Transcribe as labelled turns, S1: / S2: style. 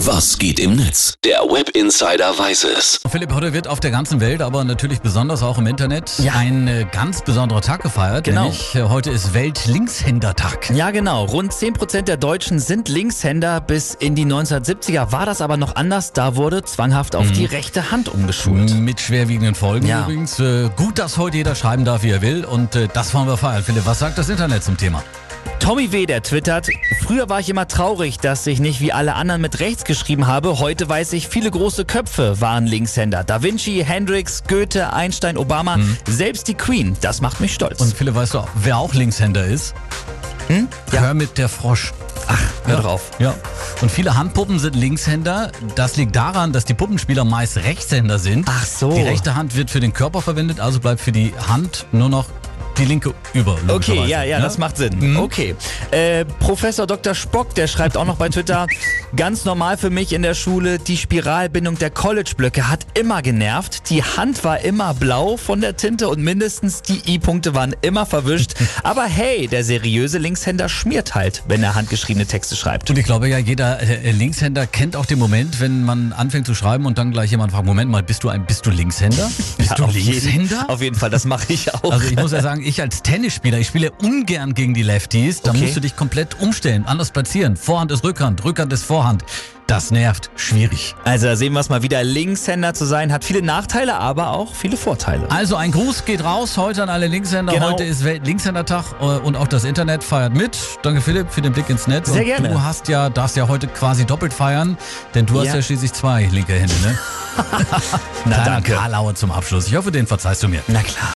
S1: Was geht im Netz? Der Web Insider weiß es.
S2: Philipp, heute wird auf der ganzen Welt, aber natürlich besonders auch im Internet,
S3: Ja.
S2: ein äh, ganz besonderer Tag gefeiert.
S3: Genau.
S2: Nämlich, äh, heute ist Weltlinkshändertag.
S3: Ja, genau. Rund 10% der Deutschen sind Linkshänder. Bis in die 1970er war das aber noch anders. Da wurde zwanghaft auf die rechte Hand umgeschult.
S2: Mit schwerwiegenden Folgen
S3: Ja.
S2: übrigens. Äh, gut, dass heute jeder schreiben darf, wie er will. Und äh, das wollen wir feiern. Philipp, was sagt das Internet zum Thema?
S3: Tommy W., der twittert, früher war ich immer traurig, dass ich nicht wie alle anderen mit rechts geschrieben habe. Heute weiß ich, viele große Köpfe waren Linkshänder. Da Vinci, Hendrix, Goethe, Einstein, Obama, selbst die Queen. Das macht mich stolz.
S2: Und Philipp, weißt du, wer auch Linkshänder ist?
S3: Hm? Ja.
S2: Hör mit der Frosch. Ach,
S3: hör doch auf.
S2: Ja. Und viele Handpuppen sind Linkshänder. Das liegt daran, dass die Puppenspieler meist Rechtshänder sind.
S3: Ach so.
S2: Die rechte Hand wird für den Körper verwendet, also bleibt für die Hand nur noch die linke über.
S3: Okay,
S2: logischerweise,
S3: ja, ja,
S2: ne?
S3: das macht Sinn. Okay. Äh, Professor Dr. Spock, der schreibt auch noch bei Twitter, ganz normal für mich in der Schule, die Spiralbindung der College-Blöcke hat immer genervt. Die Hand war immer blau von der Tinte und mindestens die I-Punkte waren immer verwischt. Aber hey, der seriöse Linkshänder schmiert halt, wenn er handgeschriebene Texte schreibt.
S2: Und ich glaube ja, jeder äh, Linkshänder kennt auch den Moment, wenn man anfängt zu schreiben und dann gleich jemand fragt, Moment mal, bist du ein, bist du Linkshänder? Bist du
S3: auf jeden,
S2: Linkshänder?
S3: auf jeden Fall, das mache ich auch.
S2: Also ich muss ja sagen, ich als Tennisspieler, ich spiele ungern gegen die Lefties. Da
S3: Okay.
S2: musst du dich komplett umstellen, anders platzieren. Vorhand ist Rückhand, Rückhand ist Vorhand. Das nervt. Schwierig.
S3: also da sehen wir es mal wieder, Linkshänder zu sein hat viele Nachteile, aber auch viele Vorteile.
S2: Also ein Gruß geht raus heute an alle Linkshänder.
S3: Genau.
S2: Heute ist Welt-Linkshänder-Tag äh, und auch das Internet feiert mit. Danke Philipp für den Blick ins Netz.
S3: Sehr
S2: und
S3: gerne.
S2: Du hast ja, darfst ja heute quasi doppelt feiern, denn du hast
S3: Ja.
S2: ja schließlich zwei linke Hände, ne?
S3: Na,
S2: Kleiner
S3: danke.
S2: Karlauer zum Abschluss. Ich hoffe, den verzeihst du mir.
S3: Na klar.